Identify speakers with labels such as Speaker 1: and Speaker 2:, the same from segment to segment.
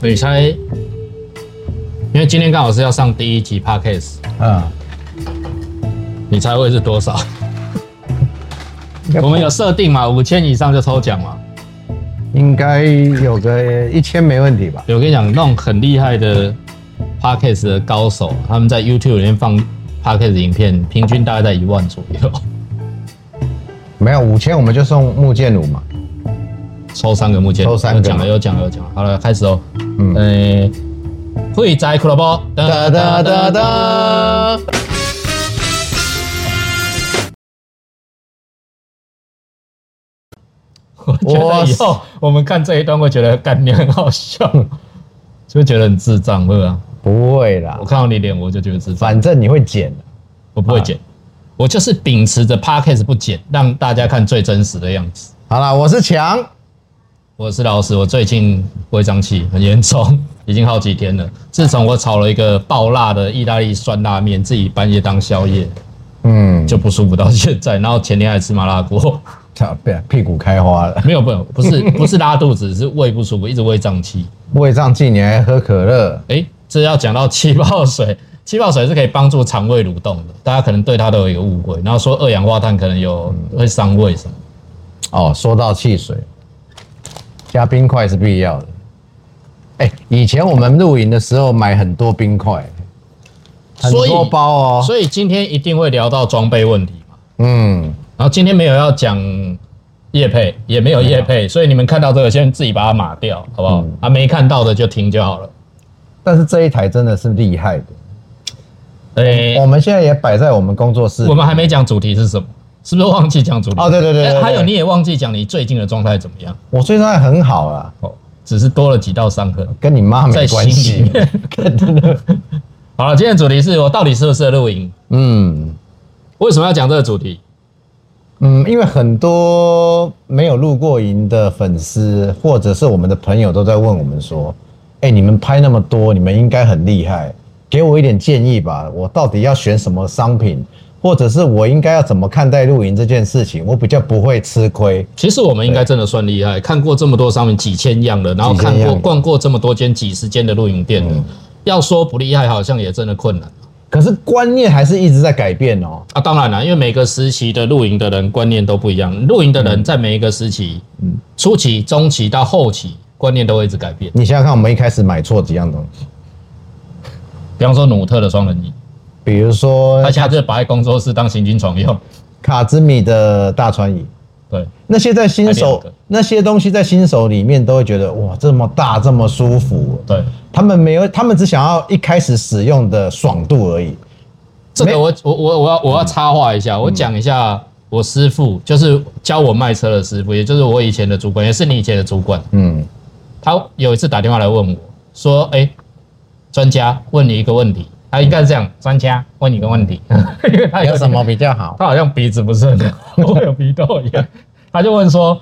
Speaker 1: 北差，因为今天刚好是要上第一集 podcast，
Speaker 2: 嗯，
Speaker 1: 你猜会是多少？
Speaker 2: 应该
Speaker 1: 我们有设定嘛，五千以上就抽奖嘛。
Speaker 2: 应该有个一千没问题吧？
Speaker 1: 我跟你讲，那种很厉害的 podcast 的高手，他们在 YouTube 里面放 podcast 影片，平均大概在一万左右，
Speaker 2: 没有五千我们就送木剑弩嘛。
Speaker 1: 抽三个木剑，
Speaker 2: 抽三个
Speaker 1: 有奖了，有奖了，有奖了。好了，开始哦。嗯，会摘胡萝卜。
Speaker 2: 哒
Speaker 1: 哒
Speaker 2: 哒
Speaker 1: 哒
Speaker 2: 哒
Speaker 1: 哒哒。
Speaker 2: 哒。
Speaker 1: 我觉得以后我们看这一段会觉得干你很好笑，就会觉得很智障，会吧？
Speaker 2: 不会啦
Speaker 1: 我，看到你脸，我就觉得智障。
Speaker 2: 反正你会剪的。
Speaker 1: 我不会剪，我就是秉持着 podcast 不剪，让大家看最真实的样子。
Speaker 2: 好啦，我是强，
Speaker 1: 我是老师，我最近胃胀气很严重， 已经好几天了。自从我炒了一个爆辣的意大利酸辣面，自己半夜当宵夜，
Speaker 2: 嗯，
Speaker 1: 就不舒服到现在。然后前天还吃麻辣锅，
Speaker 2: 差不屁股开花了，
Speaker 1: 没有，没有，不是不是拉肚子，是胃不舒服，一直胃胀气。
Speaker 2: 胃胀气你还喝可乐，
Speaker 1: 诶，这要讲到气泡水， 气泡水是可以帮助肠胃蠕动的，大家可能对它都有一个误会，然后说二氧化碳可能有会伤胃什么。
Speaker 2: 哦，说到汽水，加冰块是必要的。哎、以前我们露营的时候买很多冰块，很
Speaker 1: 所以
Speaker 2: 多包哦。
Speaker 1: 所以今天一定会聊到装备问题嘛。
Speaker 2: 嗯，
Speaker 1: 然后今天没有要讲叶配，也没有叶
Speaker 2: 嗯
Speaker 1: 配，所以你们看到这个先自己把它码掉，好不好？啊，没看到的就听就好了。
Speaker 2: 但是这一台真的是厉害的，
Speaker 1: 诶，
Speaker 2: 我们现在也摆在我们工作室里。
Speaker 1: 我们还没讲主题是什么，是不是忘记讲主题？
Speaker 2: 哦对对对对
Speaker 1: 诶
Speaker 2: 对
Speaker 1: 还有你也忘记讲你最近的状态怎么样？
Speaker 2: 我最近很好啦，
Speaker 1: 哦，只是多了几道伤痕。
Speaker 2: 跟你妈没
Speaker 1: 在
Speaker 2: 关
Speaker 1: 心里
Speaker 2: 系。
Speaker 1: 面。 好了，今天的主题是我到底适不适合露营？
Speaker 2: 嗯
Speaker 1: 为什么要讲这个主题？
Speaker 2: 嗯，因为很多没有露过营的粉丝或者是我们的朋友都在问我们说：“哎、你们拍那么多，你们应该很厉害，给我一点建议吧，我到底要选什么商品，或者是我应该要怎么看待露营这件事情，我比较不会吃亏。
Speaker 1: 其实我们应该真的算厉害，看过这么多商品几千样的，嗯然后
Speaker 2: 几千
Speaker 1: 看过
Speaker 2: 样
Speaker 1: 逛过这么多间几十间的露营店的，要说不厉害，好像也真的困难。”
Speaker 2: 可是观念还是一直在改变哦。
Speaker 1: 啊，当然了，因为每个时期的露营的人观念都不一样，露营的人在每一个时期，初期、中期到后期，观念都会一直改变。
Speaker 2: 你想想看，我们一开始买错几样东西，
Speaker 1: 比方说努特的双人椅，
Speaker 2: 比如说
Speaker 1: 他现在就是摆在工作室当行军床用。
Speaker 2: 卡兹米的大川椅，
Speaker 1: 对，
Speaker 2: 那些在新
Speaker 1: 还两
Speaker 2: 手
Speaker 1: 个
Speaker 2: 那些东西在新手里面都会觉得哇这么大这么舒服，
Speaker 1: 对，
Speaker 2: 他们没有，他们只想要一开始使用的爽度而已。
Speaker 1: 这
Speaker 2: 没嗯
Speaker 1: 个我我我我要我要插话一下，我讲一下我师傅，就是教我卖车的师傅，也就是我以前的主管，也是你以前的主管。
Speaker 2: 嗯
Speaker 1: 他有一次打电话来问我，说：“哎、专家问你一个问题。”他应该是这样，专家问你一个问题， 因为他
Speaker 2: 有什么？比较好？
Speaker 1: 他好像鼻子不 是很好，我有鼻窦炎。他就问说：“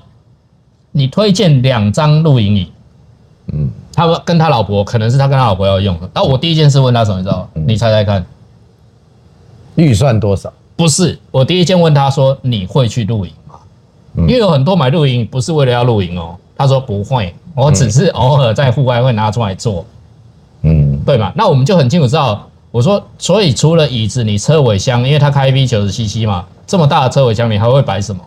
Speaker 1: 你推荐两张露营椅？”
Speaker 2: 嗯，
Speaker 1: 他跟他老婆，可能是他跟他老婆要用的。那我第一件事问他什么，你知道吗？
Speaker 2: 嗯
Speaker 1: 你猜猜看。
Speaker 2: 预算多少？
Speaker 1: 不是，我第一件问他说：“你会去露营吗？”
Speaker 2: 嗯
Speaker 1: 因为有很多买露营不是为了要露营哦，他说不会，我只是偶尔在户外会拿出来做，
Speaker 2: 嗯
Speaker 1: 对吗？那我们就很清楚知道，我说，所以除了椅子，你车尾箱，因为他开 V 九十 CC 嘛，这么大的车尾箱，你还会摆什么？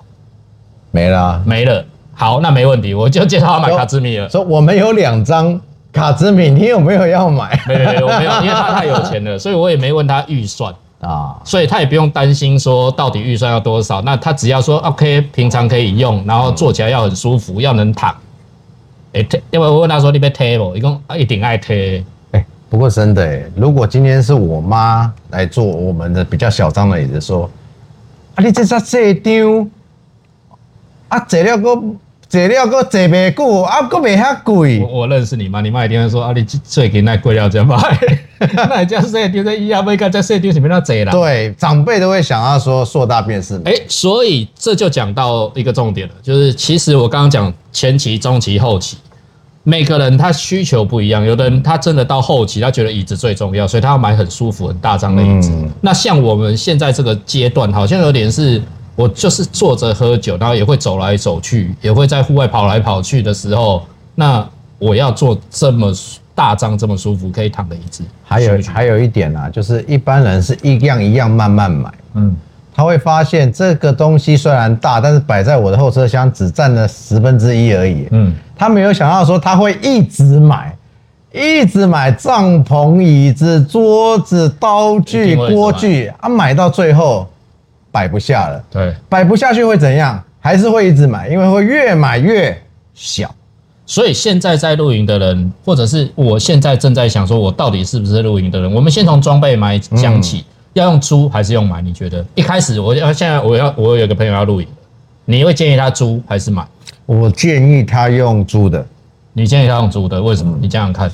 Speaker 2: 没啦。
Speaker 1: 没了。好，那没问题，我就介绍他买卡兹米尔。
Speaker 2: 说我们有两张卡兹米，你有没有要买？
Speaker 1: 没没没，我没有，因为他太有钱了，所以我也没问他预算。
Speaker 2: 啊，
Speaker 1: 所以他也不用担心说到底预算要多少，那他只要说 OK，平常可以用，然后坐起来要很舒服，要能躺。哎、欸，因为我问他说你被推不？一共一定爱推。
Speaker 2: 哎、不过真的哎、如果今天是我妈来坐我们的比较小张的椅子，说，啊，你这只这张，啊，坐了个坐了个坐袂久，啊，个袂遐贵
Speaker 1: 我。我认识你嘛，你妈一定会说啊，你最给那贵料怎么办？ 那人家说丢在医啊，不该在说丢什么那贼啦。
Speaker 2: 对，长辈都会想要说硕大便是美。
Speaker 1: 哎、所以这就讲到一个重点了，就是其实我刚刚讲前期、中期、后期，每个人他需求不一样，有的人他真的到后期，他觉得椅子最重要，所以他要买很舒服、很大张的椅子。
Speaker 2: 嗯
Speaker 1: 那像我们现在这个阶段，好像有点是我就是坐着喝酒，然后也会走来走去，也会在户外跑来跑去的时候，那我要做这么大张这么舒服，可以躺的椅子。
Speaker 2: 还有
Speaker 1: 需不需要
Speaker 2: 还有一点啊，就是一般人是一样一样慢慢买，
Speaker 1: 嗯，
Speaker 2: 他会发现这个东西虽然大，但是摆在我的后车厢只占了十分之一而已。
Speaker 1: 嗯，
Speaker 2: 他没有想到说他会一直买，一直买帐篷、椅子、桌子、刀
Speaker 1: 一
Speaker 2: 具、
Speaker 1: 定会一直买
Speaker 2: 锅具，啊，买到最后摆不下了，
Speaker 1: 对，
Speaker 2: 摆不下去会怎样？还是会一直买，因为会越买越小。
Speaker 1: 所以现在在露营的人，或者是我现在正在想说，我到底是不是露营的人？我们先从装备买讲
Speaker 2: 嗯
Speaker 1: 起，要用租还是用买？你觉得一开始我要现在我要我有一个朋友要露营，你会建议他租还是买？
Speaker 2: 我建议他用租的
Speaker 1: 你建议他用租的，为什
Speaker 2: 嗯
Speaker 1: 么？你想想看，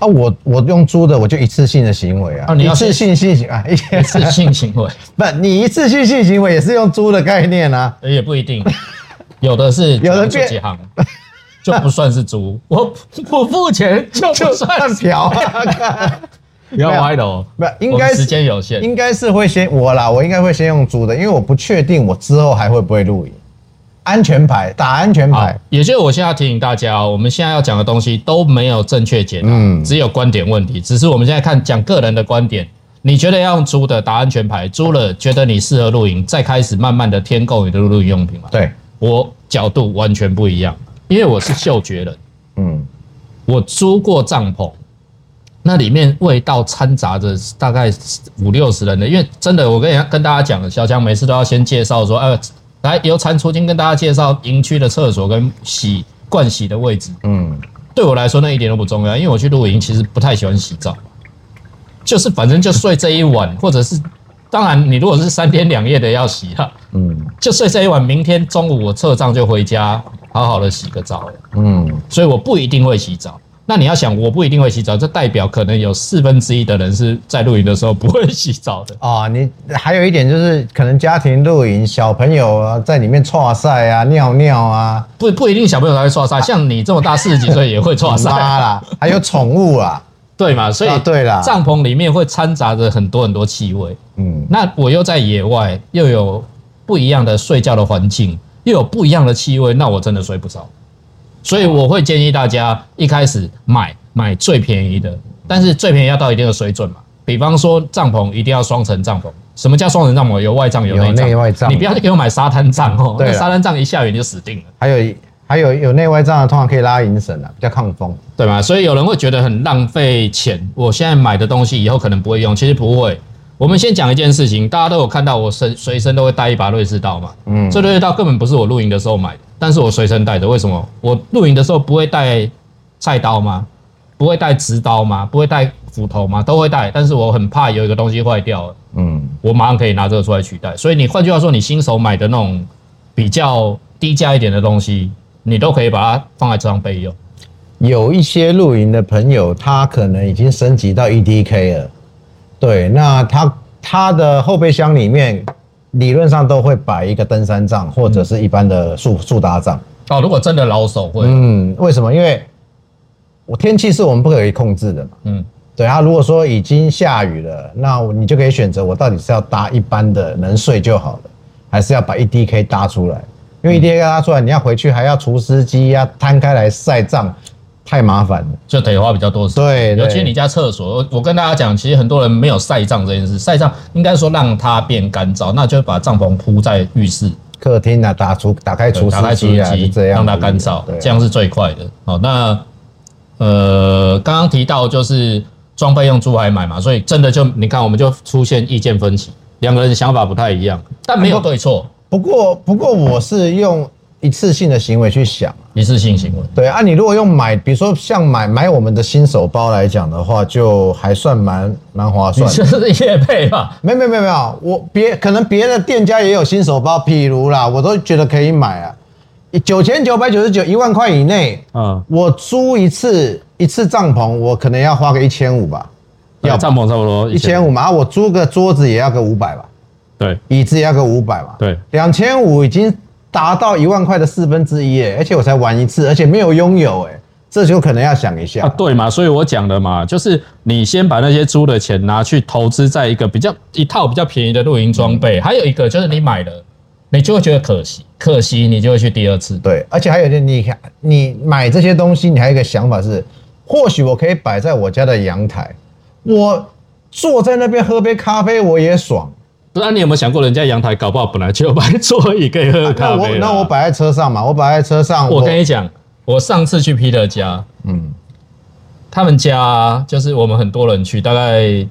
Speaker 2: 啊，我我用租的，我就一次性的行为啊，
Speaker 1: 啊你
Speaker 2: 一
Speaker 1: 要
Speaker 2: 次性性行啊，一
Speaker 1: 一次性行为
Speaker 2: 不，你一次性性行为也是用租的概念啊。
Speaker 1: 也不一定，有的是
Speaker 2: 有的
Speaker 1: 就
Speaker 2: 变
Speaker 1: 几行就不算是租，我不不付钱就不算
Speaker 2: 乱
Speaker 1: 是，
Speaker 2: 嫖啊！
Speaker 1: 不要歪楼，
Speaker 2: 不应
Speaker 1: 我
Speaker 2: 该
Speaker 1: 们
Speaker 2: 是
Speaker 1: 时间有限，
Speaker 2: 应该是会先我啦，我应该会先用租的，因为我不确定我之后还会不会露营。安全牌，打安全
Speaker 1: 好
Speaker 2: 牌，，
Speaker 1: 也就是我现在要提醒大家哦，我们现在要讲的东西都没有正确解答，
Speaker 2: 嗯
Speaker 1: 只有观点问题。只是我们现在看讲个人的观点，你觉得要用租的打安全牌，租了觉得你适合露营，再开始慢慢的添购你的露营用品嘛。
Speaker 2: 对，
Speaker 1: 我角度完全不一样，因为我是嗅觉人，
Speaker 2: 嗯，
Speaker 1: 我租过帐篷，那里面味道掺杂着大概五六十人的，因为真的，我跟人家跟大家讲，小强每次都要先介绍说，呃，来由蟾出金跟大家介绍营区的厕所跟洗盥洗的位置。
Speaker 2: 嗯，
Speaker 1: 对我来说那一点都不重要，因为我去露营其实不太喜欢洗澡，就是反正就睡这一晚，或者是当然你如果是三天两夜的要洗啊，
Speaker 2: 嗯，
Speaker 1: 就睡这一晚，明天中午我撤帐就回家，好好的洗个澡了。
Speaker 2: 嗯，
Speaker 1: 所以我不一定会洗澡。那你要想，我不一定会洗澡，这代表可能有四分之一的人是在露营的时候不会洗澡的。
Speaker 2: 哦，你还有一点就是，可能家庭露营，小朋友啊在里面搓晒啊、尿尿啊、
Speaker 1: 不不一定小朋友才会刷沙，像你这么大四十几岁也会刷
Speaker 2: 妈
Speaker 1: 沙，
Speaker 2: 啦，还有宠物啊，
Speaker 1: 对嘛？所以
Speaker 2: 啊 对啦
Speaker 1: 帐篷里面会掺杂着很多很多气味。
Speaker 2: 嗯，
Speaker 1: 那我又在野外，又有不一样的睡觉的环境，又有不一样的气味，那我真的睡不着。所以我会建议大家一开始买买最便宜的，但是最便宜要到一定的水准嘛。比方说帐篷一定要双层帐篷，什么叫双层帐篷？有外帐有内
Speaker 2: 有
Speaker 1: 帐，
Speaker 2: 内外帐
Speaker 1: 你不要给我买沙滩帐哦，
Speaker 2: 对啊
Speaker 1: 那
Speaker 2: 啦
Speaker 1: 沙滩帐一下雨你就死定了，
Speaker 2: 还有还有有内外帐的，通常可以拉引绳啊，比较抗风。
Speaker 1: 对吧？所以有人会觉得很浪费钱，我现在买的东西以后可能不会用，其实不会。我们先讲一件事情，大家都有看到我身随身都会带一把瑞士刀嘛，
Speaker 2: 嗯
Speaker 1: 这瑞刀根本不是我露营的时候买的，但是我随身带着。为什么？我露营的时候不会带菜刀吗？不会带直刀吗？不会带斧头吗？都会带，但是我很怕有一个东西坏掉了，
Speaker 2: 嗯，
Speaker 1: 我马上可以拿这个出来取代。所以你换句话说，你新手买的那种比较低价一点的东西，你都可以把它放在车上备用。
Speaker 2: 有一些露营的朋友，他可能已经升级到 EDK 了，对，那他他的后备箱里面理论上都会摆一个登山杖或者是一般的速速搭杖。
Speaker 1: 哦，如果真的老手会，
Speaker 2: 嗯，为什么？因为我天气是我们不可以控制的嘛。
Speaker 1: 嗯，
Speaker 2: 对啊，如果说已经下雨了，那我你就可以选择我到底是要搭一般的能睡就好了，还是要把 EDK 搭出来？因
Speaker 1: 嗯
Speaker 2: 为 EDK 搭出来，你要回去还要除湿机呀，摊开来晒帐，太麻烦了。
Speaker 1: 就得花比较多时间。
Speaker 2: 对对
Speaker 1: 尤其你家厕所，我我跟大家讲，其实很多人没有晒帐这件事，晒帐应该说让它变干燥，那就把帐篷铺在浴室，
Speaker 2: 客厅啊，打厨打开
Speaker 1: 对
Speaker 2: 厨
Speaker 1: 打开
Speaker 2: 师
Speaker 1: 除湿
Speaker 2: 机啊，就
Speaker 1: 机，
Speaker 2: 这样
Speaker 1: 让它干燥
Speaker 2: 对啊，
Speaker 1: 这样是最快的。好，那呃，刚刚提到就是装备用珠海买嘛，所以真的就你看，我们就出现意见分歧，两个人想法不太一样，但
Speaker 2: 嗯
Speaker 1: 没有对错，
Speaker 2: 不过不过我是用一次性的行为去想，
Speaker 1: 一次性行为。
Speaker 2: 对啊，你如果用买，比如说像买买我们的新手包来讲的话，就还算蛮蛮划
Speaker 1: 你
Speaker 2: 算的。
Speaker 1: 这是夜配吧？
Speaker 2: 没有没有没有没有，我别可能别的店家也有新手包，譬如啦，我都觉得可以买啊，九千九百九十九，一万块以内，
Speaker 1: 嗯，
Speaker 2: 我租一次一次帐篷，我可能要花个一千五吧，要
Speaker 1: 帐篷差不多
Speaker 2: 一千
Speaker 1: 五，
Speaker 2: 五嘛，啊我租个桌子也要个五百吧。
Speaker 1: 对
Speaker 2: 椅子也要个五百嘛，
Speaker 1: 对，
Speaker 2: 两千五已经达到一万块的四分之一耶，而且我才玩一次，而且没有拥有哎，这就可能要想一下。
Speaker 1: 啊，对嘛，所以我讲的嘛，就是你先把那些租的钱拿去投资在一个比较一套比较便宜的露营装备，还有一个就是你买了，你就会觉得可惜，可惜你就会去第二次。
Speaker 2: 对，而且还有一点，你看你买这些东西，你还有一个想法是，或许我可以摆在我家的阳台，我坐在那边喝杯咖啡，我也爽。
Speaker 1: 不啊然你有没有想过，人家阳台搞不好本来就有摆座椅可以喝
Speaker 2: 那
Speaker 1: 咖
Speaker 2: 我
Speaker 1: 啡啦啊
Speaker 2: 那我，摆在车上嘛，我摆在车上，
Speaker 1: 我跟你讲，我上次去 Peter 家，
Speaker 2: 嗯，
Speaker 1: 他们家啊就是我们很多人去，大概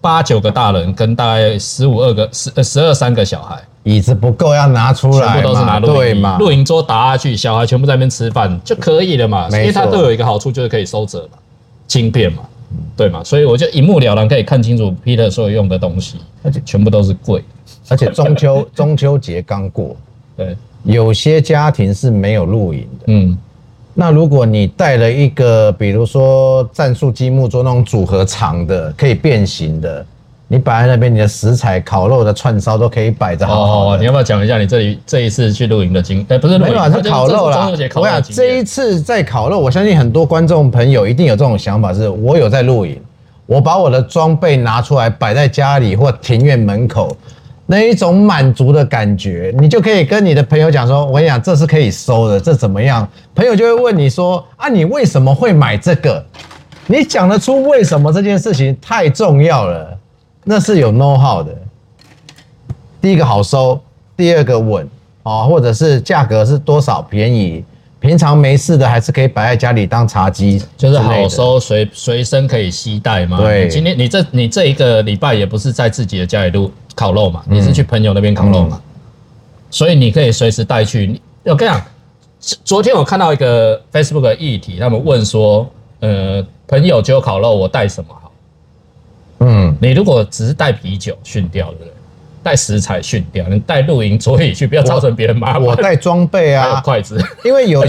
Speaker 1: 八九个大人跟大概十五二个十呃十二三个小孩，
Speaker 2: 椅子不够要拿出
Speaker 1: 全
Speaker 2: 来
Speaker 1: 部都是拿
Speaker 2: 嘛，
Speaker 1: 露
Speaker 2: 对
Speaker 1: 营
Speaker 2: 嘛？
Speaker 1: 露营桌打下去，小孩全部在那边吃饭就可以了嘛。
Speaker 2: 没错嗯
Speaker 1: 因为它都有一个好处，就是可以收折嘛，晶片嘛，对嘛。所以我就一目了然，可以看清楚 Peter 所有用的东西，而且全部都是贵。
Speaker 2: 而且中秋中秋节刚过，
Speaker 1: 对，
Speaker 2: 有些家庭是没有露营的。
Speaker 1: 嗯，
Speaker 2: 那如果你带了一个，比如说战术积木桌那种组合长的，可以变形的，你摆在那边，你的食材、烤肉的串烧都可以摆着好好
Speaker 1: 哦，
Speaker 2: 的。
Speaker 1: 你要不要讲一下你这里这一次去露营的经？哎，不是露
Speaker 2: 没
Speaker 1: 营，
Speaker 2: 有啊，
Speaker 1: 它
Speaker 2: 是
Speaker 1: 就是
Speaker 2: 烤肉
Speaker 1: 这是
Speaker 2: 啦
Speaker 1: 中秋节。烤
Speaker 2: 我
Speaker 1: 肉的
Speaker 2: 想
Speaker 1: 经验
Speaker 2: 这一次在烤肉，我相信很多观众朋友一定有这种想法：是我有在露营，我把我的装备拿出来摆在家里或庭院门口，那一种满足的感觉，你就可以跟你的朋友讲说：“我跟你讲，这是可以收的，这怎么样？”朋友就会问你说：“啊，你为什么会买这个？”你讲得出为什么这件事情太重要了，那是有 know how 的。第一个好收，第二个稳哦，或者是价格是多少便宜，平常没事的还是可以摆在家里当茶几，
Speaker 1: 就是好。收随随身可以携带嘛。
Speaker 2: 对
Speaker 1: 你今天你这你这一个礼拜也不是在自己的家里录烤肉嘛，你是去朋友那边烤肉嘛，所以你可以随时带去。你我跟你讲，昨天我看到一个 Facebook 的议题，他们问说，呃，朋友就烤肉，我带什么好？
Speaker 2: 嗯，
Speaker 1: 你如果只是带啤酒训掉的人，带食材训掉，你带露营桌椅去，不要造成别人麻烦。
Speaker 2: 我带装备
Speaker 1: 还 有
Speaker 2: 啊，
Speaker 1: 筷子，
Speaker 2: 因为有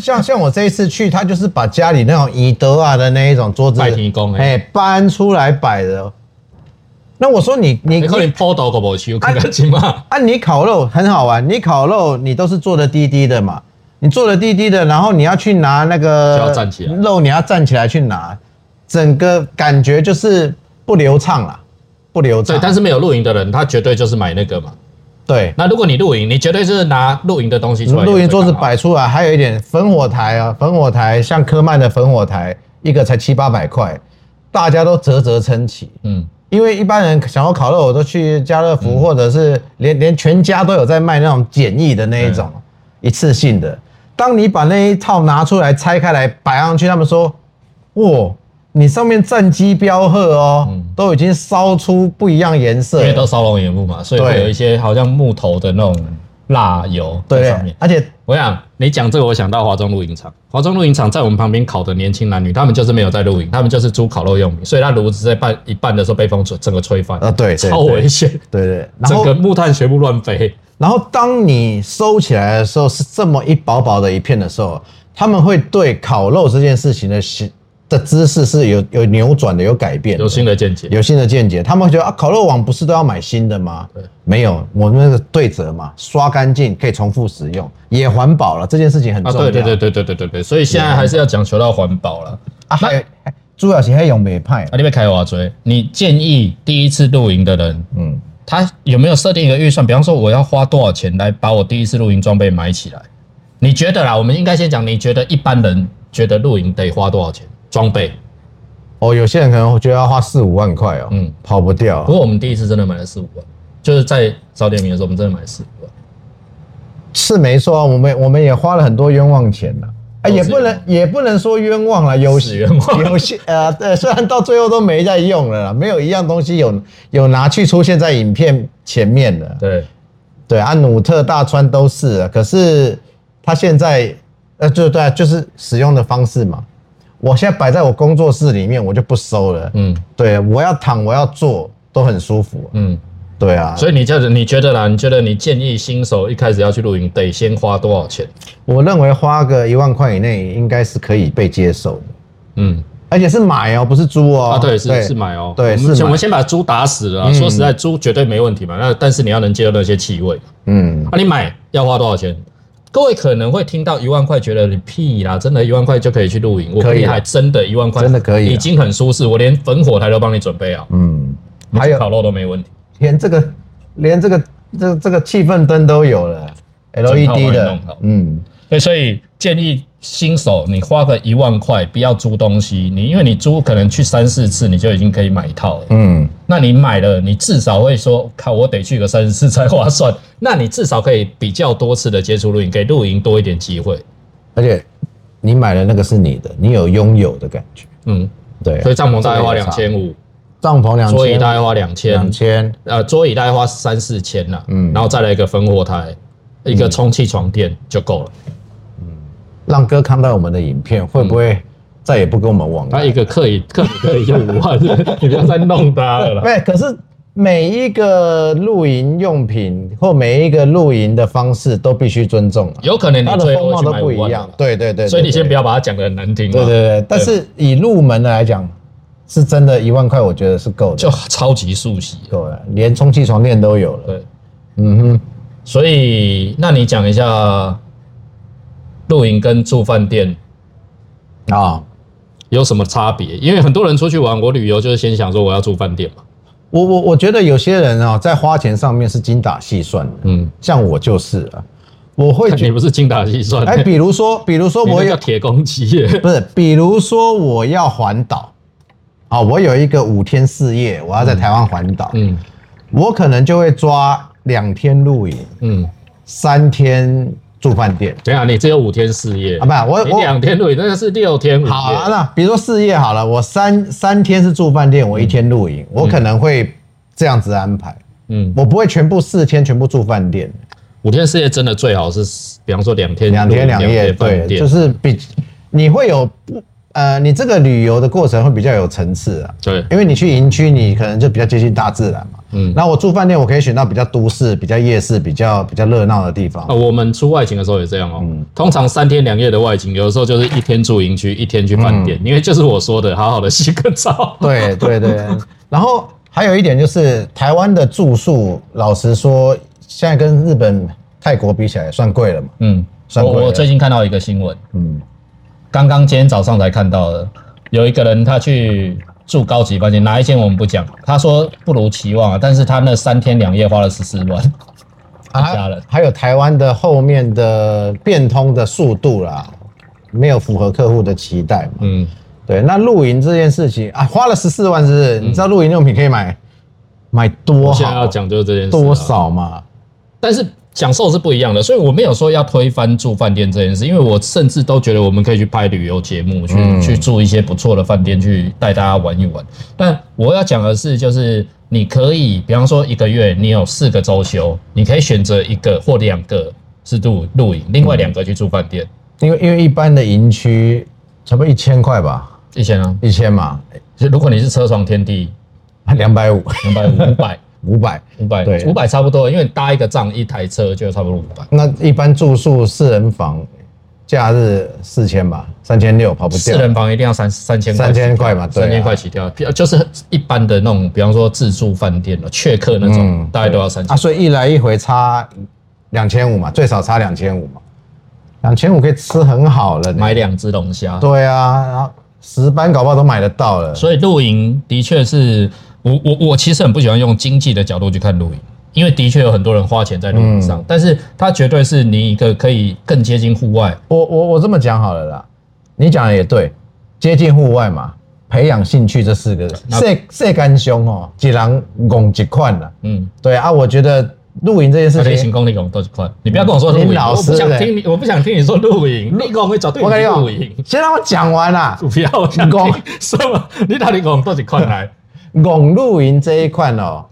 Speaker 2: 像像我这一次去，他就是把家里那种宜德啊的那一种桌子，
Speaker 1: 拜天公的
Speaker 2: 哎搬出来摆的。那我说你你
Speaker 1: 你可能抛到个无手，看看清嘛。
Speaker 2: 啊，你烤肉很好玩，你烤肉你都是做的低低的嘛，你做的低低的，然后你要去拿那个
Speaker 1: 就要站起来
Speaker 2: 肉，你要站起来去拿，整个感觉就是不流畅啦，不流
Speaker 1: 对
Speaker 2: 畅。，
Speaker 1: 但是没有露营的人，他绝对就是买那个嘛。
Speaker 2: 对，
Speaker 1: 那如果你露营，你绝对就是拿露营的东西出来。
Speaker 2: 露营桌
Speaker 1: 就最
Speaker 2: 子
Speaker 1: 刚好，
Speaker 2: 摆出来，还有一点烽火台啊，烽火台像科曼的烽火台，一个才七八百块，大家都啧啧称奇。
Speaker 1: 嗯，
Speaker 2: 因为一般人想要烤肉，我都去家乐福，或者是连连全家都有在卖那种简易的那一
Speaker 1: 嗯
Speaker 2: 种、一次性的。当你把那一套拿出来拆开来摆上去，他们说：“哇，你上面战机标赫哦，都已经烧出不一样颜
Speaker 1: 嗯
Speaker 2: 色
Speaker 1: 因为都
Speaker 2: 了，
Speaker 1: 烧龙眼木嘛，所以会
Speaker 2: 对
Speaker 1: 有一些好像木头的那种蜡油在
Speaker 2: 对
Speaker 1: 上面。，
Speaker 2: 而且
Speaker 1: 我想你讲这个，我想到华中露营场。华中露营场在我们旁边烤的年轻男女，他们就是没有在露营，他们就是租烤肉用品，所以他炉子在半一半的时候被风吹，整个吹翻，
Speaker 2: 啊对对
Speaker 1: 超
Speaker 2: 对
Speaker 1: 危险，
Speaker 2: 对对，然
Speaker 1: 整
Speaker 2: 后
Speaker 1: 个木炭全部乱飞。
Speaker 2: 然后当你收起来的时候是这么一薄薄的一片的时候，他们会对烤肉这件事情的习的姿势是有有扭转的，有改变的，
Speaker 1: 有新的见解，
Speaker 2: 有新的见解，他们会觉得啊，烤肉网不是都要买新的吗？没有，我们那个对折嘛，刷干净可以重复使用，也环保了，这件事情很
Speaker 1: 啊，
Speaker 2: 重要。
Speaker 1: 对对对对对对对对，所以现在还是要讲求到环保了。
Speaker 2: 啊，还有还朱小琪还用美派
Speaker 1: 啊，，你被开瓦追，你建议第一次露营的人，
Speaker 2: 嗯，
Speaker 1: 他有没有设定一个预算？比方说，我要花多少钱来把我第一次露营装备买起来？你觉得啦？我们应该先讲，你觉得一般人觉得露营得花多少钱装备？
Speaker 2: 哦，有些人可能觉得要花四五万块哦，
Speaker 1: 嗯
Speaker 2: 嗯，跑不掉
Speaker 1: 不。过我们第一次真的买了四五万，就是在早点名的时候，我们真的买了四五万。
Speaker 2: 是没错啊，我们我们也花了很多冤枉钱了。
Speaker 1: 哦
Speaker 2: 啊，
Speaker 1: 都是
Speaker 2: 也不能也不能说冤枉了，有
Speaker 1: 是冤枉
Speaker 2: 有些呃，对，虽然到最后都没在用了啦，没有一样东西有有拿去出现在影片前面的。
Speaker 1: 对，
Speaker 2: 对啊，努特、大川都是啊，可是他现在呃，就对、啊，就是使用的方式嘛。我现在摆在我工作室里面，我就不收了。
Speaker 1: 嗯
Speaker 2: 对，我要躺，我要坐，都很舒服、
Speaker 1: 嗯，
Speaker 2: 对啊，
Speaker 1: 所以你觉得你觉得啦？你觉得你建议新手一开始要去露营，得先花多少钱？
Speaker 2: 我认为花个一万块以内应该是可以被接受的，
Speaker 1: 嗯，
Speaker 2: 而且是买哦，不是租哦。
Speaker 1: 啊，对，是是买哦。
Speaker 2: 对
Speaker 1: 我们
Speaker 2: 是
Speaker 1: 先
Speaker 2: 买
Speaker 1: 我们先把猪打死了啊。说实在，猪绝对没问题嘛。那但是你要能接受那些气味。
Speaker 2: 嗯，
Speaker 1: 啊，你买要花多少钱？各位可能会听到一万块，觉得你屁啦，真的，一万块就可以去露营。我
Speaker 2: 可以
Speaker 1: 跟你
Speaker 2: 啊
Speaker 1: 还真的，一万块
Speaker 2: 真的可以啊
Speaker 1: 已经很舒适。我连焚火台都帮你准备好，
Speaker 2: 嗯，还有
Speaker 1: 烤肉都没问题。
Speaker 2: 连这个连这个这这个气氛灯都有了
Speaker 1: 整套帮你
Speaker 2: ，LED 的
Speaker 1: 弄好，
Speaker 2: 嗯，
Speaker 1: 对，所以建议新手你花个一万块，不要租东西，你因为你租可能去三四次，你就已经可以买一套了。
Speaker 2: 嗯，
Speaker 1: 那你买了，你至少会说，靠，我得去个三四才划算。 那你至少可以比较多次的接触露营，给露营多一点机会。
Speaker 2: 而且你买的那个是你的，你有拥有的感觉。
Speaker 1: 嗯，
Speaker 2: 对啊，
Speaker 1: 所以帐篷大概花两千五，
Speaker 2: 帐篷两千，
Speaker 1: 桌椅大概花两千
Speaker 2: 两，千，
Speaker 1: 呃，桌椅大概花三四千啦。
Speaker 2: 嗯
Speaker 1: 嗯，然后再来一个烽火台，一个充气床垫就够了。
Speaker 2: 让哥看到我们的影片，会不会再也不跟我们往
Speaker 1: 他
Speaker 2: 来？
Speaker 1: 啊一个课椅，课椅可以用五 万，你不要再弄他了啦。
Speaker 2: 对，可是每一个露营用品或每一个露营的方式都必须尊重啊，
Speaker 1: 有可能你
Speaker 2: 它的
Speaker 1: 最
Speaker 2: 风
Speaker 1: 后
Speaker 2: 貌
Speaker 1: 去
Speaker 2: 都
Speaker 1: 买
Speaker 2: 不
Speaker 1: 五
Speaker 2: 一
Speaker 1: 万
Speaker 2: 样啊
Speaker 1: 了。，
Speaker 2: 对对对对，
Speaker 1: 所以你先
Speaker 2: 对
Speaker 1: 不要把它讲的很难听嘛。啊
Speaker 2: 对对对，但是以入门的来讲，是真的，一万块我觉得是够的，
Speaker 1: 就超级速洗。
Speaker 2: 够了，连充气床垫都有了。
Speaker 1: 对，
Speaker 2: 嗯哼，
Speaker 1: 所以那你讲一下露营跟住饭店
Speaker 2: 啊、
Speaker 1: 有什么差别？因为很多人出去玩，我旅游就是先想说我要住饭店嘛。
Speaker 2: 我我我觉得有些人啊、在花钱上面是精打细算的，
Speaker 1: 嗯，
Speaker 2: 像我就是啊，我 会
Speaker 1: 你
Speaker 2: 觉
Speaker 1: 不是精打细算，
Speaker 2: 哎，比如说，比如说
Speaker 1: 你
Speaker 2: 我
Speaker 1: 那叫
Speaker 2: 有
Speaker 1: 铁公鸡 耶。
Speaker 2: 不是，比如说我要环岛，啊、我有一个五天四夜，我要在台湾环岛，
Speaker 1: 嗯
Speaker 2: 我可能就会抓两天露营，
Speaker 1: 嗯，
Speaker 2: 三天住饭店
Speaker 1: 等一下你只有五天四夜
Speaker 2: 啊，不，我
Speaker 1: 你
Speaker 2: 我
Speaker 1: 两天露营，那个是六天五夜。
Speaker 2: 好啊，那比如说事业好了，我三三天是住饭店，我一天露营，我可能会这样子安排，
Speaker 1: 嗯，
Speaker 2: 我不会全部四天全部住饭店，
Speaker 1: 五天四夜真的最好是，比方说两天
Speaker 2: 两
Speaker 1: 露营
Speaker 2: 天两夜，对
Speaker 1: 饭，店
Speaker 2: 就是比你会有不呃，你这个旅游的过程会比较有层次啊，
Speaker 1: 对，
Speaker 2: 因为你去营区，你可能就比较接近大自然嘛，嗯
Speaker 1: 嗯，
Speaker 2: 那我住饭店，我可以选到比较都市、比较夜市、比较比较热闹的地方
Speaker 1: 啊，，我们出外景的时候也这样哦、
Speaker 2: 嗯
Speaker 1: 通常三天两夜的外景，有的时候就是一天住营区，一天去饭
Speaker 2: 嗯
Speaker 1: 店，因为就是我说的，好好的洗个 澡。
Speaker 2: 对对 对，然后还有一点就是台湾的住宿，老实说，现在跟日本、泰国比起来算贵了嘛。
Speaker 1: 嗯，
Speaker 2: 算
Speaker 1: 我
Speaker 2: 贵了
Speaker 1: 我最近看到一个新闻，
Speaker 2: 嗯，
Speaker 1: 刚刚今天早上才看到的，有一个人他去住高级饭店，哪一间我们不讲，他说不如期望啊，但是他那三天两夜花了十四万，吓人
Speaker 2: 啊还有台湾的后面的变通的速度啦，没有符合客户的期待嘛。
Speaker 1: 嗯，
Speaker 2: 对，那露营这件事情啊，花了十四万，是不是？你知道露营用品可以买买多
Speaker 1: 嗯我现在
Speaker 2: 好
Speaker 1: 要讲就是这件事、啊
Speaker 2: 多？少嘛？
Speaker 1: 但是享受是不一样的，所以我没有说要推翻住饭店这件事，因为我甚至都觉得我们可以去拍旅游节目，去、
Speaker 2: 嗯
Speaker 1: 去住一些不错的饭店，去带大家玩一玩。但我要讲的是，就是你可以，比方说一个月你有四个周休，你可以选择一个或两个是露露营，另外两个去住饭店，
Speaker 2: 因为因为一般的营区差不多一千块吧，
Speaker 1: 一千啊。
Speaker 2: 一千嘛，
Speaker 1: 就如果你是车床天地，
Speaker 2: 两百五、
Speaker 1: 两百五、五百、
Speaker 2: 五百。
Speaker 1: 五百
Speaker 2: 对、
Speaker 1: 五百差不多，因为你搭一个帐一台车就差不多五百。
Speaker 2: 那一般住宿四人房，假日四千吧，三千六跑不
Speaker 1: 四
Speaker 2: 掉。
Speaker 1: 人房一定要三三千块
Speaker 2: 三
Speaker 1: 起跳，
Speaker 2: 千块嘛对啊
Speaker 1: 三千块起跳，就是一般的那种，比方说自助饭店了，雀客那种，
Speaker 2: 嗯
Speaker 1: 大概都要三千
Speaker 2: 啊，。所以一来一回差两千五嘛，最少差两千五嘛，两千五可以吃很好了呢。
Speaker 1: 买两只龙虾，
Speaker 2: 对啊，然后十班搞不好都买得到了。
Speaker 1: 所以露营的确是我我我其实很不喜欢用经济的角度去看露营，因为的确有很多人花钱在露营上，
Speaker 2: 嗯
Speaker 1: 但是它绝对是你一个可以更接近户外，
Speaker 2: 我我我这么讲好了啦，你讲的也对，接近户外嘛，培养兴趣这四个字，
Speaker 1: 那
Speaker 2: 晒晒干胸哦，一人拱一款啦。
Speaker 1: 嗯。
Speaker 2: 对啊，我觉得露营这件事
Speaker 1: 而且
Speaker 2: 情
Speaker 1: 行，功立功都是快，你不要跟我说露
Speaker 2: 你
Speaker 1: 营，
Speaker 2: 老
Speaker 1: 我不
Speaker 2: 实
Speaker 1: 想
Speaker 2: 嘞
Speaker 1: 听你，我不想听你说露营，立功会找对
Speaker 2: 我跟
Speaker 1: 你
Speaker 2: 你
Speaker 1: 去
Speaker 2: 讲
Speaker 1: 露营，，
Speaker 2: 先让我讲完啦、
Speaker 1: 不要我想听什么？你到底跟我多几块来？
Speaker 2: 拱露营这一块哦，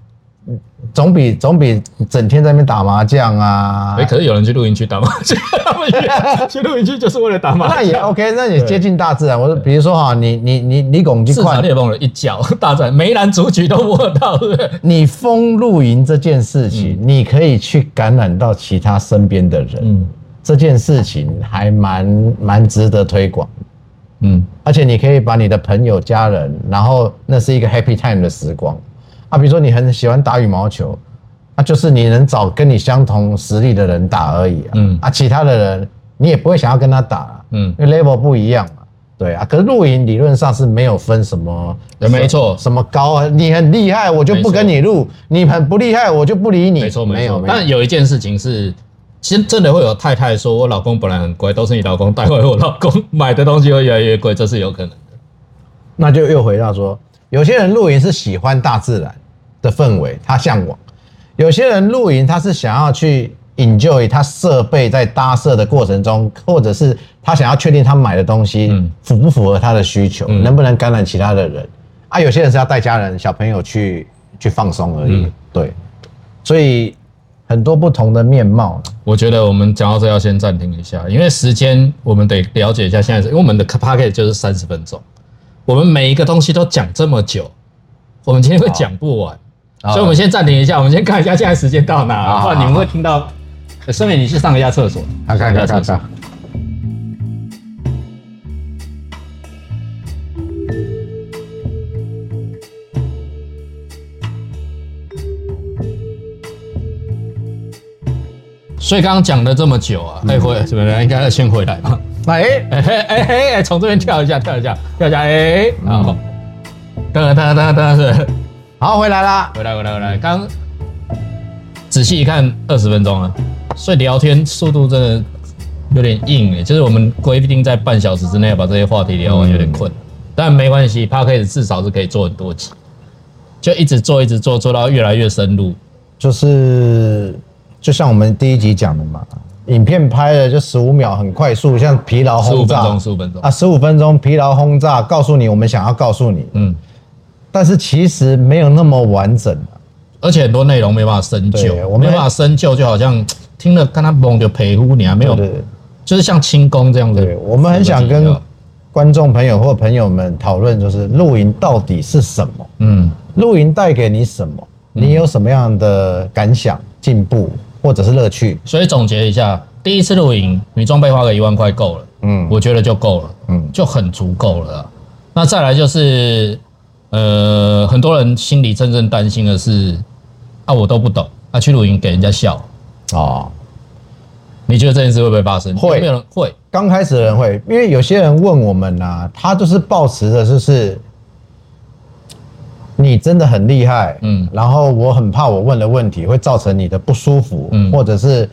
Speaker 2: 总比总比整天在那边打麻将啊
Speaker 1: 哎、，可是有人去露营区打麻将， 他们也去露营区就是为了打麻
Speaker 2: 那
Speaker 1: 将。
Speaker 2: 也 OK，那也接近大自然。我说，比如说哈，你你你你拱这
Speaker 1: 至少
Speaker 2: 块，
Speaker 1: 猎梦人一脚大战梅兰竹菊都摸到，对不对？
Speaker 2: 你风露营这件事情，你可以去感染到其他身边的人，
Speaker 1: 嗯
Speaker 2: 这件事情还蛮蛮值得推广。
Speaker 1: 嗯，
Speaker 2: 而且你可以把你的朋友、家人，然后那是一个 happy time 的时光啊。比如说你很喜欢打羽毛球，那、就是你能找跟你相同实力的人打而已啊。
Speaker 1: 嗯
Speaker 2: 啊，其他的人你也不会想要跟他打、啊，
Speaker 1: 嗯
Speaker 2: 因为 level 不一样嘛。对啊，可是露营理论上是没有分什么，
Speaker 1: 对呃没错
Speaker 2: 什么高啊，你很厉害我就不跟你录，你很不厉害我就不理你，
Speaker 1: 没错
Speaker 2: 没
Speaker 1: 没
Speaker 2: 有
Speaker 1: 错。
Speaker 2: 没有。
Speaker 1: 但有一件事情是其实真的会有太太说，我老公本来很乖，都是你老公带坏我老公，买的东西会越来越贵，这是有可能的。
Speaker 2: 那就又回到说，有些人露营是喜欢大自然的氛围，他向往；有些人露营他是想要去 enjoy 他设备在搭设的过程中，或者是他想要确定他买的东西、
Speaker 1: 嗯
Speaker 2: 符不符合他的需求，
Speaker 1: 嗯
Speaker 2: 能不能感染其他的人。啊，有些人是要带家人、小朋友去去放松而已。
Speaker 1: 嗯
Speaker 2: 对，所以很多不同的面貌。
Speaker 1: 我觉得我们讲到这要先暂停一下，因为时间我们得了解一下现在是，因为我们的 p a c k e t 就是三十分钟，我们每一个东西都讲这么久，我们今天会讲不完，
Speaker 2: 好
Speaker 1: 所以我们先暂停一下，我们先看一下现在时间到哪
Speaker 2: 好
Speaker 1: 了，
Speaker 2: 好
Speaker 1: 不然你们会听到。呃顺便你去上一下厕所，
Speaker 2: 啊看看看看看。
Speaker 1: 所以刚刚讲了这么久啊，哎、回怎么了？应该要先回来吧。
Speaker 2: 那嗯 哎、
Speaker 1: 哎嘿哎嘿哎，从这边跳一下，跳一下，跳一下，哎，
Speaker 2: 嗯
Speaker 1: 好，噔噔噔噔噔，
Speaker 2: 好回来啦。
Speaker 1: 回来回来回来，刚仔细一看，二十分钟啊，所以聊天速度真的有点硬哎、就是我们规定在半小时之内要把这些话题聊
Speaker 2: 嗯
Speaker 1: 完，有点困，但没关系 p a c a s 至少是可以做很多集，就一直做一直做，做到越来越深入，
Speaker 2: 就是就像我们第一集讲的嘛，影片拍了就十五秒，很快速，像疲劳
Speaker 1: 十五
Speaker 2: 轰
Speaker 1: 分
Speaker 2: 炸
Speaker 1: 钟，十五分钟，
Speaker 2: 啊，十五分钟疲劳轰炸，告诉你我们想要告诉你，
Speaker 1: 嗯，
Speaker 2: 但是其实没有那么完整啊、
Speaker 1: 而且很多内容没办法深究
Speaker 2: 对，我
Speaker 1: 我
Speaker 2: 们
Speaker 1: 没办法深究，就好像听了看他懵就陪呼你啊，没有。
Speaker 2: 对
Speaker 1: 就是像轻功这样子。
Speaker 2: 对，我们很想跟观众朋友或朋友们讨论，就是露营到底是什么？
Speaker 1: 嗯，
Speaker 2: 露营带给你什么？你有什么样的感想、进步或者是乐趣？
Speaker 1: 所以总结一下，第一次露营，你装备花个一万块够了，
Speaker 2: 嗯
Speaker 1: 我觉得就够了，
Speaker 2: 嗯
Speaker 1: 就很足够了啊。那再来就是，呃，很多人心里真正担心的是，啊，我都不懂，啊，去露营给人家笑，
Speaker 2: 哦，
Speaker 1: 你觉得这件事会不会发生？
Speaker 2: 会
Speaker 1: 有没有人会？
Speaker 2: 刚开始的人会，因为有些人问我们呐、他就是抱持的就是，你真的很厉害，嗯
Speaker 1: 嗯，
Speaker 2: 然后我很怕我问的问题会造成你的不舒服，
Speaker 1: 嗯
Speaker 2: 或者是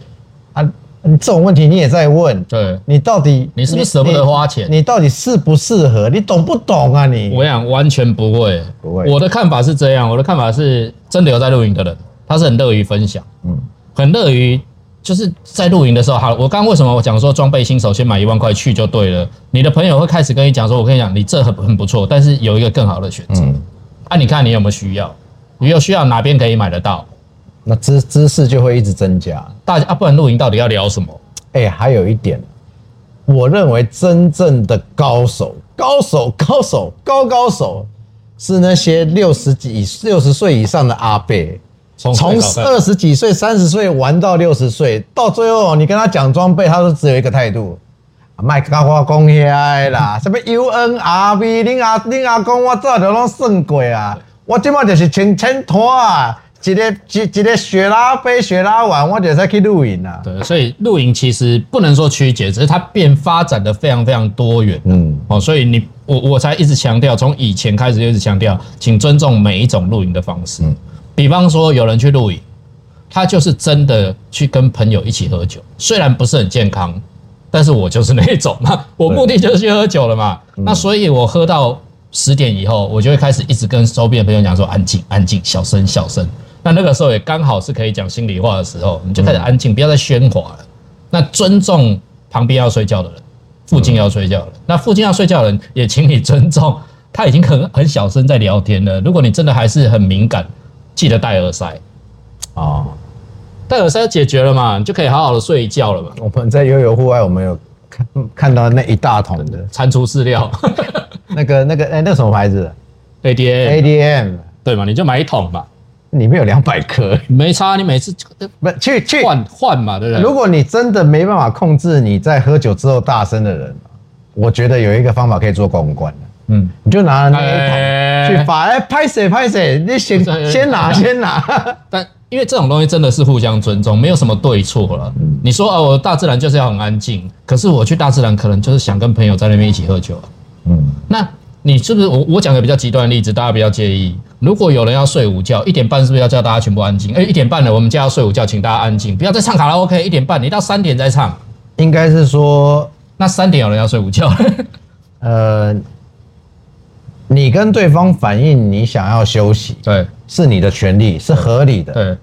Speaker 2: 啊，你这种问题你也在问，
Speaker 1: 对，
Speaker 2: 你到底
Speaker 1: 你是不是舍不得花钱
Speaker 2: 你？你到底适不适合？你懂不懂啊你？
Speaker 1: 我想完全不会，
Speaker 2: 不会
Speaker 1: 我的看法是这样，我的看法是，真的有在露营的人，他是很乐于分享，
Speaker 2: 嗯
Speaker 1: 嗯，很乐于就是在露营的时候，好，我刚刚为什么我讲说装备新手先买一万块去就对了？你的朋友会开始跟你讲说，我跟你讲，你这很很不错，但是有一个更好的选择，
Speaker 2: 嗯，
Speaker 1: 啊，你看你有没有需要？你有需要哪边可以买得到？
Speaker 2: 那知知识就会一直增加。
Speaker 1: 大家啊，不然露营到底要聊什么？
Speaker 2: 哎、还有一点，我认为真正的高手，高手，高手，高高手，是那些六十几、六十岁以上的阿伯，
Speaker 1: 从
Speaker 2: 从二十几岁、三十岁玩到六十岁，到最后你跟他讲装备，他都只有一个态度。啊卖甲我讲遐的啦，什么 UNRV，恁阿恁阿公我早就拢算过啊，我即马就是穿衬拖啊，一个一一个雪拉飞雪拉玩，我就使去露营啊。
Speaker 1: 对，所以露营其实不能说曲解，只是它变发展的非常非常多元。
Speaker 2: 嗯
Speaker 1: 嗯，哦，所以你我我才一直强调，从以前开始就一直强调，请尊重每一种露营的方式。比方说有人去露营，他就是真的去跟朋友一起喝酒，虽然不是很健康，但是我就是那一种嘛，我目的就是去喝酒了嘛。那所以我喝到十点以后，我就会开始一直跟周边的朋友讲说安静安静，小声小声。那那个时候也刚好是可以讲心里话的时候，你就开始安静，不要再喧哗了。那尊重旁边要睡觉的人，附近要睡觉的人，那附近要睡觉的人也请你尊重， 他已经很很小声在聊天了。如果你真的还是很敏感，记得戴耳塞，
Speaker 2: 哦。
Speaker 1: 戴耳塞解决了嘛，你就可以好好的睡一觉了嘛。
Speaker 2: 我们在悠游户外，我们有看看到那一大桶的
Speaker 1: 蟾蜍饲料
Speaker 2: 那个 那个哎、那什么牌子哎
Speaker 1: ，ADA
Speaker 2: ？ADM
Speaker 1: 对嘛，你就买一桶嘛，
Speaker 2: 里面有两百颗，
Speaker 1: 没差，你每次
Speaker 2: 不去去。
Speaker 1: 换换嘛，对不对？
Speaker 2: 如果你真的没办法控制你在喝酒之后大声的人，我觉得有一个方法可以做公关
Speaker 1: 嗯，
Speaker 2: 你就拿那一桶去
Speaker 1: 哎，
Speaker 2: 发，哎，拍谁拍谁，你先
Speaker 1: 不是
Speaker 2: 先拿先拿。
Speaker 1: 但因为这种东西真的是互相尊重，没有什么对错了。你说哦，我大自然就是要很安静，可是我去大自然可能就是想跟朋友在那边一起喝酒啊、
Speaker 2: 嗯，
Speaker 1: 那你是不是我我讲个比较极端的例子，大家不要介意。如果有人要睡午觉，一点半是不是要叫大家全部安静？哎、一点半了，我们家要睡午觉，请大家安静，不要再唱卡拉 OK。一点半，你到三点再唱，
Speaker 2: 应该是说，
Speaker 1: 那三点有人要睡午觉，
Speaker 2: 呃，你跟对方反映你想要休息，
Speaker 1: 对
Speaker 2: 是你的权利，是合理 的。
Speaker 1: 对，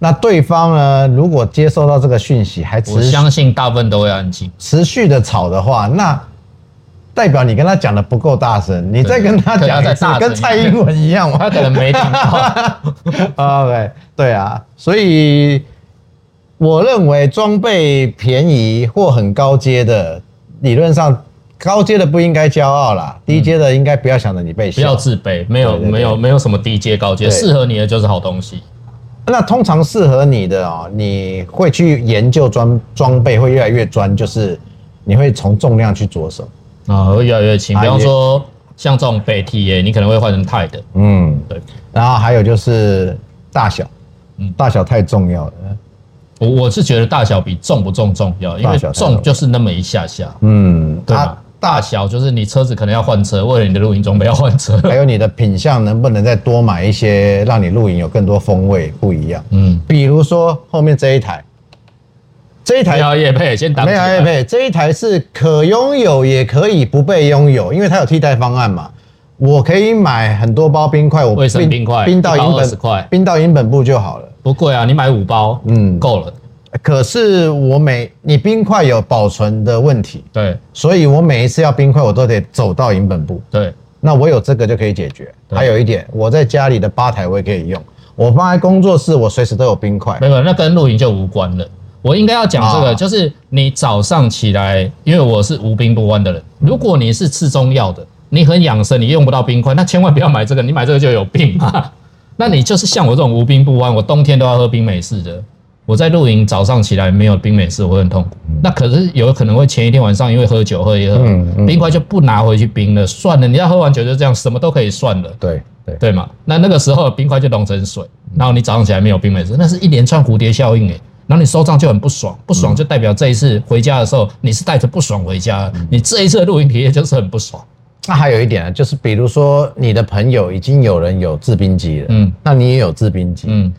Speaker 2: 那对方呢，如果接收到这个讯息，还
Speaker 1: 我
Speaker 2: 持续
Speaker 1: 相信大部分都会安 静。
Speaker 2: 持续的吵的话，那代表你跟他讲的不够大声，你再跟他讲
Speaker 1: 可能要再
Speaker 2: 一次
Speaker 1: 大，声
Speaker 2: 跟蔡英文一样嘛。
Speaker 1: 他可能没听 到，
Speaker 2: OK，对啊，所以我认为装备便宜或很高阶的，理论上高阶的不应该骄傲啦，低阶的应该不要想着你被
Speaker 1: 不要
Speaker 2: 笑。
Speaker 1: 自卑，没有
Speaker 2: 对对对
Speaker 1: 没有没有什么低阶高阶，
Speaker 2: 对
Speaker 1: 适合你的就是好东西。
Speaker 2: 那通常适合你的哦，你会去研究装装备，会越来越专，就是你会从重量去着手。
Speaker 1: 啊，会越来越轻。
Speaker 2: 啊
Speaker 1: 比方
Speaker 2: 也
Speaker 1: 说，像这种北 TA，你可能会换成钛的，
Speaker 2: 嗯，
Speaker 1: 对。
Speaker 2: 然后还有就是大小，
Speaker 1: 嗯
Speaker 2: 大小太重要了。
Speaker 1: 我我是觉得大小比重不重重要，因为
Speaker 2: 大小太重要
Speaker 1: 重就是那么一下下，
Speaker 2: 嗯，
Speaker 1: 对
Speaker 2: 啊
Speaker 1: 吧？大小就是你车子可能要换车，为了你的录音装备要换车。
Speaker 2: 还有你的品相能不能再多买一些，让你露营有更多风味不一样？
Speaker 1: 嗯，
Speaker 2: 比如说后面这一台，这一
Speaker 1: 不
Speaker 2: 台
Speaker 1: 要啊夜配，先打
Speaker 2: 没有
Speaker 1: 夜
Speaker 2: 哎，没有这一台是可拥有也可以不被拥有，因为它有替代方案嘛。我可以买很多包冰块，我
Speaker 1: 卫生冰块
Speaker 2: 冰到银
Speaker 1: 120
Speaker 2: 本
Speaker 1: 块
Speaker 2: 冰到银本部就好了。
Speaker 1: 不贵啊，你买五包，
Speaker 2: 嗯
Speaker 1: 嗯，够了。
Speaker 2: 可是我每你冰块有保存的问题，
Speaker 1: 对
Speaker 2: 所以我每一次要冰块，我都得走到银本部。
Speaker 1: 对，
Speaker 2: 那我有这个就可以解决。
Speaker 1: 对
Speaker 2: 还有一点，我在家里的吧台我也可以用，我放在工作室，我随时都有冰块
Speaker 1: 没。有，那跟露营就无关了。我应该要讲这
Speaker 2: 啊
Speaker 1: 个，就是你早上起来，因为我是无冰不欢的人。如果你是吃中药的，你很养生，你用不到冰块，那千万不要买这个，你买这个就有病啊！ 那你就是像我这种无冰不欢，我冬天都要喝冰美式的。我在露营早上起来没有冰美式，我会很痛苦。那可是有可能会前一天晚上因为喝酒喝一喝，
Speaker 2: 嗯嗯
Speaker 1: 冰块就不拿回去冰了，算了，你要喝完酒就这样，什么都可以算了。
Speaker 2: 对对，
Speaker 1: 对嘛？那那个时候冰块就融成水，然后你早上起来没有冰美式，那是一连串蝴蝶效应诶、然后你收账就很不爽，不
Speaker 2: 嗯
Speaker 1: 爽就代表这一次回家的时候你是带着不爽回家
Speaker 2: 嗯
Speaker 1: 的，你这一次的露营体验就是很不爽。
Speaker 2: 那还有一点啊，就是比如说你的朋友已经有人有制冰机了，
Speaker 1: 嗯
Speaker 2: 那你也有制冰机，
Speaker 1: 嗯，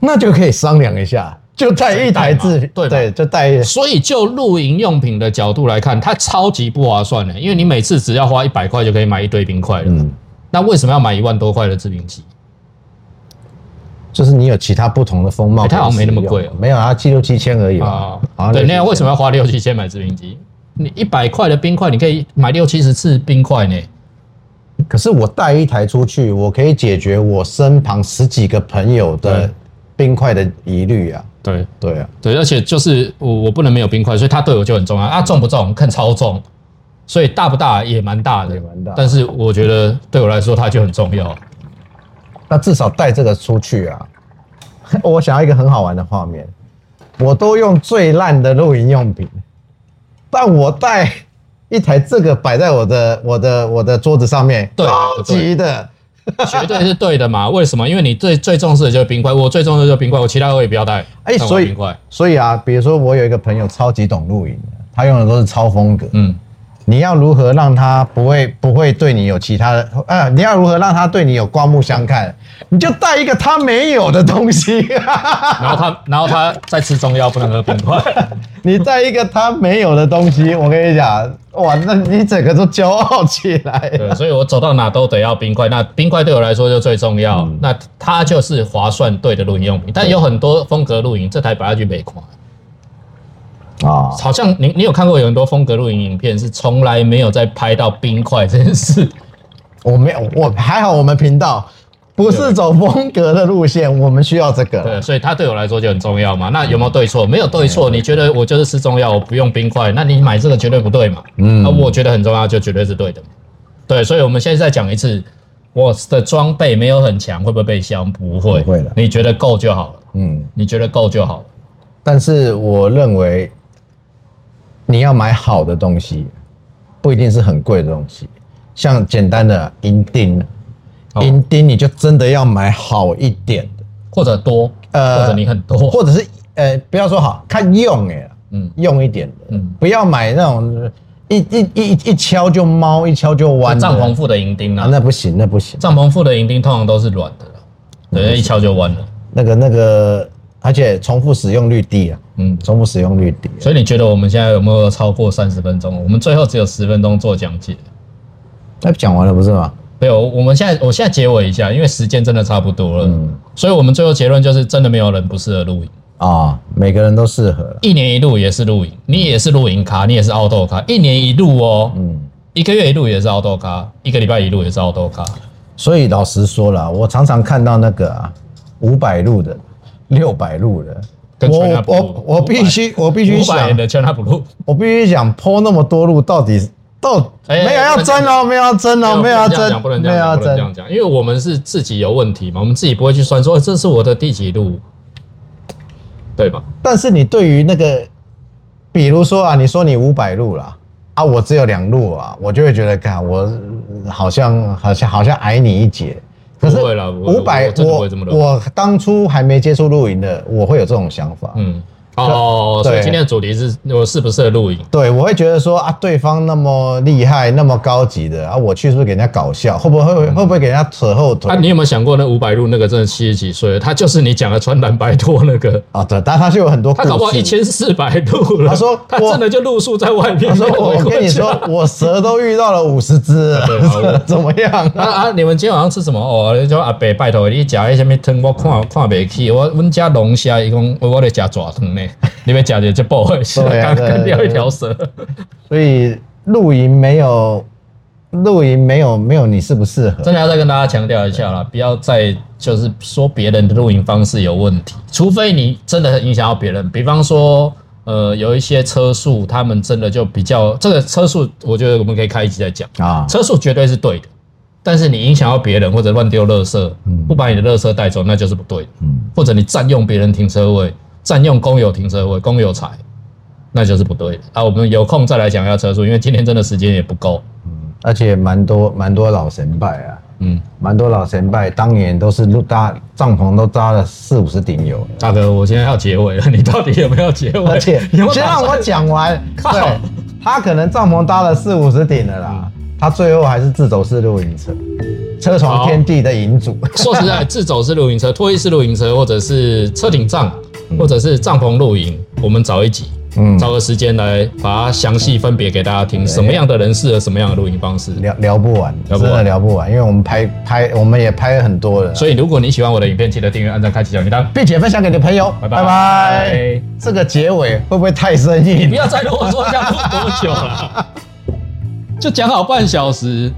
Speaker 2: 那就可以商量一下，就带一台制，
Speaker 1: 对嘛
Speaker 2: 对，就带一。
Speaker 1: 嗯所以就露营用品的角度来看，它超级不划算的、欸因为你每次只要花一百块就可以买一堆冰块了。
Speaker 2: 嗯，
Speaker 1: 那为什么要买一万多块的制冰机？
Speaker 2: 就是你有其他不同的风貌
Speaker 1: 哎它
Speaker 2: 可以使用，
Speaker 1: 好像没那么贵哦
Speaker 2: 没有啊，七六七千而已嘛
Speaker 1: 啊。，
Speaker 2: 好像
Speaker 1: 对，
Speaker 2: 六
Speaker 1: 那
Speaker 2: 七
Speaker 1: 样为
Speaker 2: 千
Speaker 1: 什么要花六七千买制冰机？你一百块的冰块，你可以买六七十次冰块呢。
Speaker 2: 可是我带一台出去，我可以解决我身旁十几个朋友的
Speaker 1: 对
Speaker 2: 冰块的疑虑啊。
Speaker 1: 对，
Speaker 2: 对啊，
Speaker 1: 对，而且就是我我不能没有冰块，所以它对我就很重要啊，重不重看超重，所以大不大也蛮大的，
Speaker 2: 也蛮大
Speaker 1: 但是我觉得对我来说它就很重 要。
Speaker 2: 那至少带这个出去啊。 我想要一个很好玩的画面，我都用最烂的露营用品，但我带一台这个摆在我的我的我的桌子上面，
Speaker 1: 对
Speaker 2: 高级的，
Speaker 1: 绝对是对的嘛？为什么？因为你最最重视的就是冰块，我最重视的就是冰块，我其他我也不要带。
Speaker 2: 哎
Speaker 1: 但我
Speaker 2: 所以
Speaker 1: 要冰块，
Speaker 2: 所以啊，比如说我有一个朋友超级懂露营的，他用的都是超风格，
Speaker 1: 嗯，
Speaker 2: 你要如何让他不会不会对你有其他的呃？你要如何让他对你有刮目相看？你就带一个他没有的东西，
Speaker 1: 然后他然后他在吃中药不能喝冰 块，
Speaker 2: 你带一个他没有的东西，我跟你讲，哇，那你整个都骄傲起来
Speaker 1: 对，所以我走到哪都得要冰块。那冰块对我来说就最重要，
Speaker 2: 嗯
Speaker 1: 那它就是划算对的露营用品。但有很多风格露营，这台摆下去没款。
Speaker 2: 啊！
Speaker 1: 好像你你有看过有很多风格露营影片，是从来没有在拍到冰块这件事。
Speaker 2: 我没有，我还好，我们频道不是走风格的路线，我们需要这
Speaker 1: 对，
Speaker 2: 个。
Speaker 1: 所以它对我来说就很重要嘛。那有没有对错？没有对
Speaker 2: 嗯
Speaker 1: 错。你觉得我就是吃中药，我不用冰块，那你买这个绝对不对嘛。嗯，
Speaker 2: 嗯
Speaker 1: 那我觉得很重要，就绝对是对的。对，所以我们现在再讲一次，我的装备没有很强，会不会被削？不会，
Speaker 2: 不会的
Speaker 1: 你觉得够就好了，
Speaker 2: 嗯，
Speaker 1: 你觉得够就好了。
Speaker 2: 但是我认为你要买好的东西，不一定是很贵的东西，像简单的银锭，
Speaker 1: 哦
Speaker 2: 银锭你就真的要买好一点的，
Speaker 1: 或者多，
Speaker 2: 呃
Speaker 1: 或者你很多，
Speaker 2: 或者是呃，不要说好看用哎、
Speaker 1: 嗯
Speaker 2: 用一点的，
Speaker 1: 嗯
Speaker 2: 不要买那种一一一一敲就猫，一敲就弯的。
Speaker 1: 帐篷腹的银钉
Speaker 2: 啊，
Speaker 1: 啊，
Speaker 2: 那不行，那不行。
Speaker 1: 帐篷腹的银钉通常都是软的啦，对，
Speaker 2: 嗯
Speaker 1: 一敲就弯了。
Speaker 2: 那个那个，而且重复使用率低啊，
Speaker 1: 嗯，
Speaker 2: 重复使用率低、啊。
Speaker 1: 所以你觉得我们现在有没有超过三十分钟？我们最后只有十分钟做讲解。
Speaker 2: 那哎讲完了不是吗？
Speaker 1: 没有，我们现在我现在结尾一下，因为时间真的差不多了，
Speaker 2: 嗯
Speaker 1: 所以我们最后结论就是，真的没有人不适合露营。
Speaker 2: 啊、每个人都适合。
Speaker 1: 一年一路也是露营，你也是露营咖，你也是奥豆咖，一年一路哦，
Speaker 2: 嗯，
Speaker 1: 一个月一路也是奥豆咖，一个礼拜一路也是奥豆咖，
Speaker 2: 所以老实说了，我常常看到那个啊，五百路的、六百路的，
Speaker 1: 跟全
Speaker 2: 我
Speaker 1: 家不
Speaker 2: 我我必须我必须
Speaker 1: 五百
Speaker 2: 想，
Speaker 1: 的全他不录，
Speaker 2: 我必须想坡那么多路到底到
Speaker 1: 哎
Speaker 2: 没有要争哦，没有要争哦，没有要
Speaker 1: 不能这样
Speaker 2: 争
Speaker 1: 讲，不能，这
Speaker 2: 没有啊要
Speaker 1: 样讲，不能这
Speaker 2: 争
Speaker 1: 样。讲，因为我们是自己有问题嘛，我们自己不会去算说、哦这是我的第几路，对吧？
Speaker 2: 但是你对于那个，比如说啊，你说你五百路啦，啊，我只有两路啊，我就会觉得，看我呃好像好像好像矮你一截。可是
Speaker 1: 不会啦不会
Speaker 2: 五百
Speaker 1: 我真的不
Speaker 2: 我
Speaker 1: 会这么认为
Speaker 2: 我当初还没接触露营的，我会有这种想法。
Speaker 1: 嗯，哦，所以
Speaker 2: 对
Speaker 1: 今天的主题是我适不适合露营。
Speaker 2: 对，我会觉得说啊，对方那么厉害，那么高级的啊，我去是不是给人家搞笑？会不会会不会会不会给人家扯后腿
Speaker 1: 嗯啊，？你有没有想过那五百路那个真的七十几岁了，他就是你讲的穿蓝白拖那个，
Speaker 2: 啊，对，但他是有很多故
Speaker 1: 他
Speaker 2: 事。
Speaker 1: 搞不好一千四百路了。
Speaker 2: 他说
Speaker 1: 他
Speaker 2: 我
Speaker 1: 真的就露宿在外面。
Speaker 2: 他说
Speaker 1: 没有
Speaker 2: 我
Speaker 1: 回
Speaker 2: 我
Speaker 1: 过
Speaker 2: 跟你
Speaker 1: 家
Speaker 2: 说，我蛇都遇到了五十只了
Speaker 1: 啊 对好我
Speaker 2: 怎么样？
Speaker 1: 啊啊！你们今天晚上吃什么？哦，叫阿伯拜托你食迄什么汤，我看看袂起。我阮家龙虾，伊讲我我咧食蛇汤呢，你要食者这部的，
Speaker 2: 对啊
Speaker 1: 刚
Speaker 2: 对啊
Speaker 1: 刚掉一条蛇。
Speaker 2: 所以露营没有露营没有没有你适不适合？
Speaker 1: 真的要再跟大家强调一下啦，不要再就是说别人的露营方式有问题，除非你真的很影响到别人，比方说。呃，有一些车速，他们真的就比较这个车速，我觉得我们可以开一集再讲。
Speaker 2: 啊，
Speaker 1: 车速绝对是对的，但是你影响到别人或者乱丢垃圾，不把你的垃圾带走，那就是不对的。
Speaker 2: 嗯
Speaker 1: 或者你占用别人停车位，占用公有停车位、公有财，那就是不对的啊。我们有空再来讲一下车速，因为今天真的时间也不够。
Speaker 2: 嗯，而且蛮多蛮多老神拜啊，
Speaker 1: 嗯，
Speaker 2: 蛮多老神拜当年都是露搭帐篷都搭了四五十顶有，
Speaker 1: 大哥，我现在要结尾了， 你到底有没有结尾？
Speaker 2: 而且
Speaker 1: 你有没有
Speaker 2: 先
Speaker 1: 打
Speaker 2: 让
Speaker 1: 算
Speaker 2: 我讲完，
Speaker 1: 靠
Speaker 2: 对，他可能帐篷搭了四五十顶了啦，他最后还是自走式露营车，车床天地的营主。
Speaker 1: 说实 在，自走式露营车、拖衣式露营车，或者是车顶帐，或者是帐篷露营，我们找一集，
Speaker 2: 嗯
Speaker 1: 找个时间来把它详细分别给大家听，什么样的人适合什么样的露营方式。
Speaker 2: 聊聊不完，
Speaker 1: 聊不
Speaker 2: 真
Speaker 1: 完
Speaker 2: 的聊不完，因为我们拍拍，我们也拍了很多了，
Speaker 1: 所以，如果你喜欢我的影片，记得订阅、按赞、开启小铃铛。
Speaker 2: 并且分享给你的朋友，
Speaker 1: 拜拜
Speaker 2: 拜这个结尾会不会太生
Speaker 1: 你不
Speaker 2: 硬？
Speaker 1: 要再跟我说要录多久了，就讲好半小时。